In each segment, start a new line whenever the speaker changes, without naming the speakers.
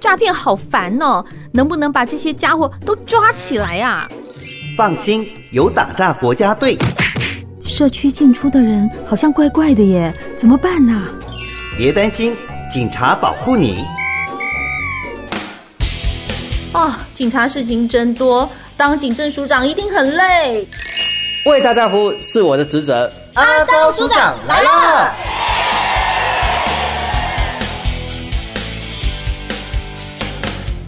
诈骗好烦哦，能不能把这些家伙都抓起来啊？
放心，有打诈国家队。
社区进出的人好像怪怪的耶，怎么办呐、
别担心，警察保护你。
哦，警察事情真多，当警政署长一定很累。
为大家服务是我的职责。
阿
昭哦署长来了。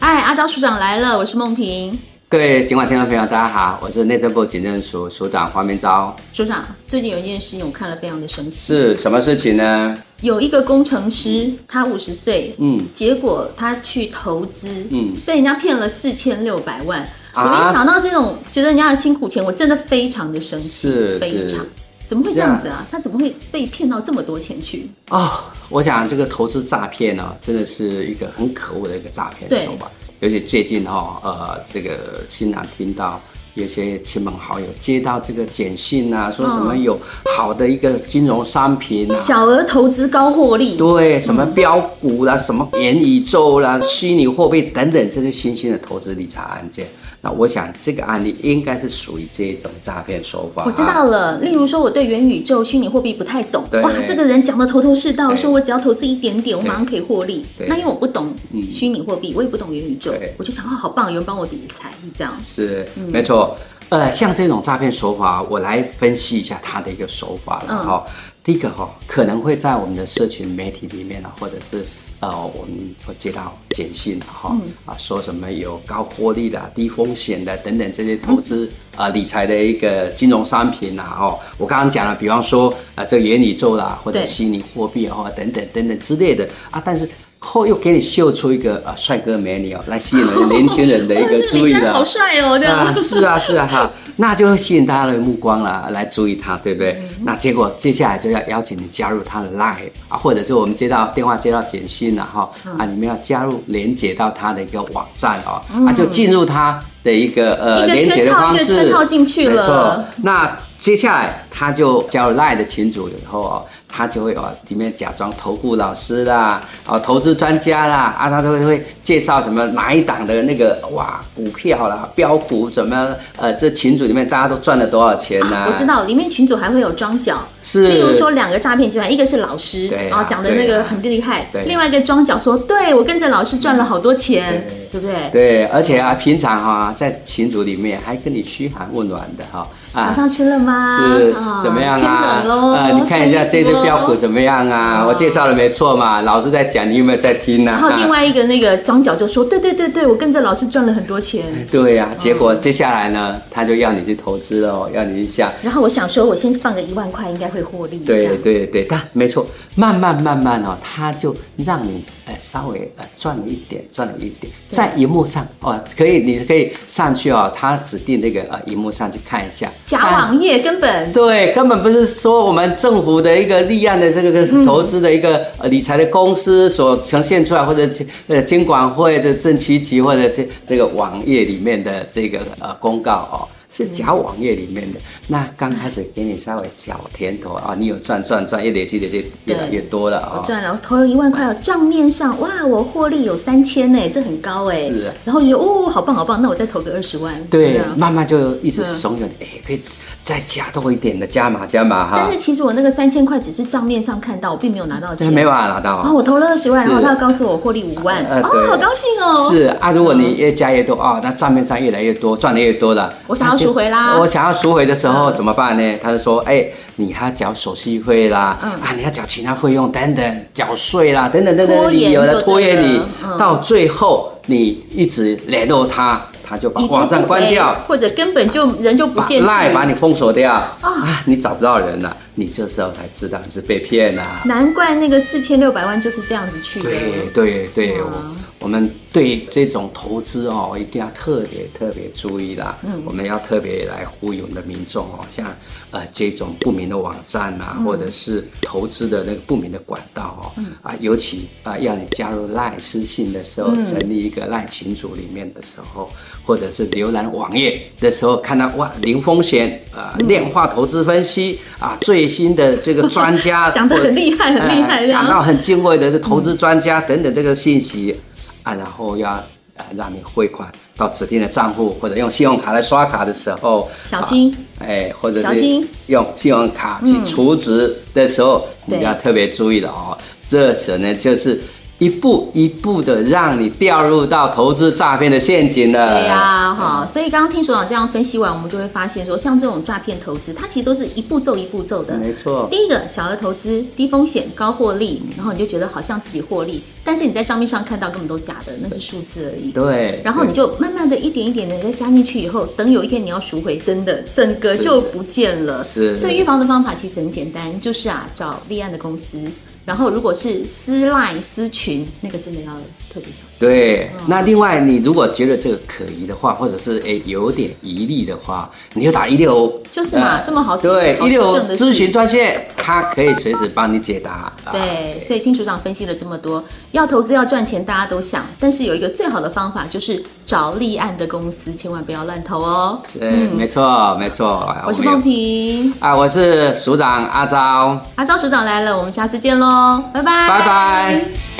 哎，阿昭署长来了，我是梦萍
各位警网听众朋友，大家好，我是内政部警政署署长黄明昭。
署长。最近有一件事情我看了非常的生气，
是什么事情呢？
有一个工程师，他五十岁，
嗯
结果他去投资，
嗯
被人家骗了四千六百万。我
啊
一想到这种觉得人家的辛苦钱，我真的非常的生气，
是
非常
是。
怎么会这样子啊？他怎么会被骗到这么多钱去？
哦，我想这个投资诈骗呢、哦真的是一个很可恶的一个诈骗手法。尤其最近哈、哦，呃，这个经常听到有些亲朋好友接到这个简讯啊，说什么
嗯
有好的一个金融商品啊，
小额投资高获利，
对，什么标股啦、什么元宇宙啦、虚拟货币等等这些新兴的投资理财案件。那我想这个案例应该是属于这一种诈骗手法、
我知道。了，例如说我对元宇宙、虚拟货币不太懂，
对
哇，这个人讲的头头是道，
对
说我只要投资一点点，我
对
马上可以获利。
对
那因为我不懂
嗯
虚拟货币，我也不懂元宇宙
对，
我就想，哦，好棒，有人帮我理财，这样。
是，
嗯
没错。呃，像这种诈骗手法，我来分析一下它的一个手法了
嗯
哈、第一个哈、可能会在我们的社群媒体里面呢，啊或者是呃，我们会接到简讯了
嗯
哈、啊，说什么有高获利的、低风险的等等这些投资啊、
嗯
呃理财的一个金融商品啦、哦。我刚刚讲了，比方说啊、呃这个元宇宙啦，或者
对
虚拟货币啊、哦，等等等等之类的啊，但是。后又给你秀出一个啊帅哥美女哦，来吸引 人年轻人的一
哇
个
这
注
女
意
生
的，
好帅哦，这样
啊，。是啊，是啊，哈，那就会吸引大家的目光了，来注意他，对不对？那结果接下来就要邀请你加入他的 Line 啊，或者是我们接到电话、接到简讯了哈，
嗯
啊，你们要加入连接到他的一个网站哦，啊，就进入他的一个呃
嗯一个
连接
圈
的
套
方
一个
式，
圈套进去
没
了
错，那接下来他就加入 Line 的群组以后哦，他就会哦里面假装投顾老师啦，啊投资专家啦，啊他就会会介绍什么哪一档的那个哇股票啦、标股怎么样呃这群组里面大家都赚了多少钱呐、
啊我知，道，里面群主还会有装脚，
是
例如说两个诈骗集团，一个是老师，
对啊
然后讲的那个很厉害，
对啊
另外一个装脚说，对我跟着老师赚了好多钱，对不对？
对，而且啊平常哈、在群组里面还跟你嘘寒问暖的哈、啊
早上吃了吗？
是
啊
怎么样啊
天冷？喽，
你看一下这只标股
么？
怎么样啊？我介绍的没错嘛，老师在讲，你有没有在听呢、
哦
啊
然后另外一个那个装脚就说，对对对对，我跟着老师赚了很多钱。
对呀、结果接下来呢，他就要你去投资喽，要你去下。
然后我想说，我先放个一万块，应该会获利。这
对
样
对对，但没错，慢慢慢慢哦，他就让你呃稍微呃赚了一点，赚了一点，
对
在荧幕上哦，可以，你可以上去哦，他指定那个呃荧幕上去看一下。
假
但
网页根本
对，根本不是说我们政府的一个立案的这个投资的一个呃理财的公司所呈现出来，或者是呃监管会、这政企局或者这这个网页里面的这个呃公告哦。是假网页里面的，那刚开始给你稍微小甜头啊，你有赚赚赚，越累积的就越来越多了啊、
我赚了，我投了一万块，账面上哇，我获利有三千呢，这很高哎。
是啊
然后就觉得哦，好棒好棒，那我再投个二十万。啊这
对，
样
慢慢就一直
嗯
怂恿你，哎、可以再加多一点的，加码加码哈
但是，其实我那个三千块只是账面上看到，我并没有拿到
但
钱。
是没办法拿到、
然后我投了二十万，
是
然后他要告诉我获利五万，
呃对
哦，好高兴哦。
是啊，如果你越加越多啊、那账面上越来越多，赚的越多了，
我想要
但是
赎回啦嗯
我想要赎回的时候怎么办呢？他就说，哎、你还要缴手续费啦，
嗯
啊，你要缴其他费用等等，缴税啦，等等等
拖
等，
延
理由
就
来
对
拖延你
了，嗯
到最后你一直联络他，他就把
已读
网站
不
关
回
掉，
哎或者根本就人就不
把
见去
赖把你封锁掉啊，你找不到人了，你这时候才知道你是被骗了。
难怪那个四千六百万就是这样子去的。嗯
对对对，
哇
我我们对这种投资哦，一定要特别特别注意啦。嗯，我们要特别来呼吁我们的民众哦，像呃这种不明的网站啊，
嗯
或者是投资的那个不明的管道哦，啊，尤其啊要你加入赖私信的时候，
嗯
成立一个赖群组里面的时候，或者是浏览网页的时候，看到哇零风险啊、
嗯
呃量化投资分析啊，最新的这个专家
讲得很厉害很厉害
呃
这样
讲到很敬畏的这投资专家等等这个信息。啊，然后要呃让你汇款到指定的账户，或者用信用卡来刷卡的时候，
小心
啊，哎、或者
小
是
心
用信用卡去储值的时候，
对
你要特别注意了哦。这时呢，就是一步一步的让你掉入到投资诈骗的陷阱了。
对呀、哈，所以刚刚听所长这样分析完，我们就会发现说，像这种诈骗投资，它其实都是一步骤一步骤的。
没错
第一个小额投资，低风险高获利，然后你就觉得好像自己获利，但是你在账面上看到根本都假的，那是数字而已。
对，
然后你就慢慢的一点一点的再加进去，以后等有一天你要赎回，真的整个
是
就不见了。
是
所以预防的方法其实很简单，就是啊找立案的公司，然后如果是私赖私群，那个真的要特别小心。
对，那另外你如果觉得这个可疑的话，或者是诶有点疑虑的话，你就打一六五，
就是嘛这么好
啊对，
好
一六五
正的事
咨询专线，它可以随时帮你解答。啊
对，所以听组长分析了这么多，要投资要赚钱，大家都想，但是有一个最好的方法就是找立案的公司，千万不要乱投哦。
以是、没错没错。啊
我是
们有
凤萍，
啊，我是署长阿昭，
阿昭组长来了，我们下次见喽，拜拜，
拜拜。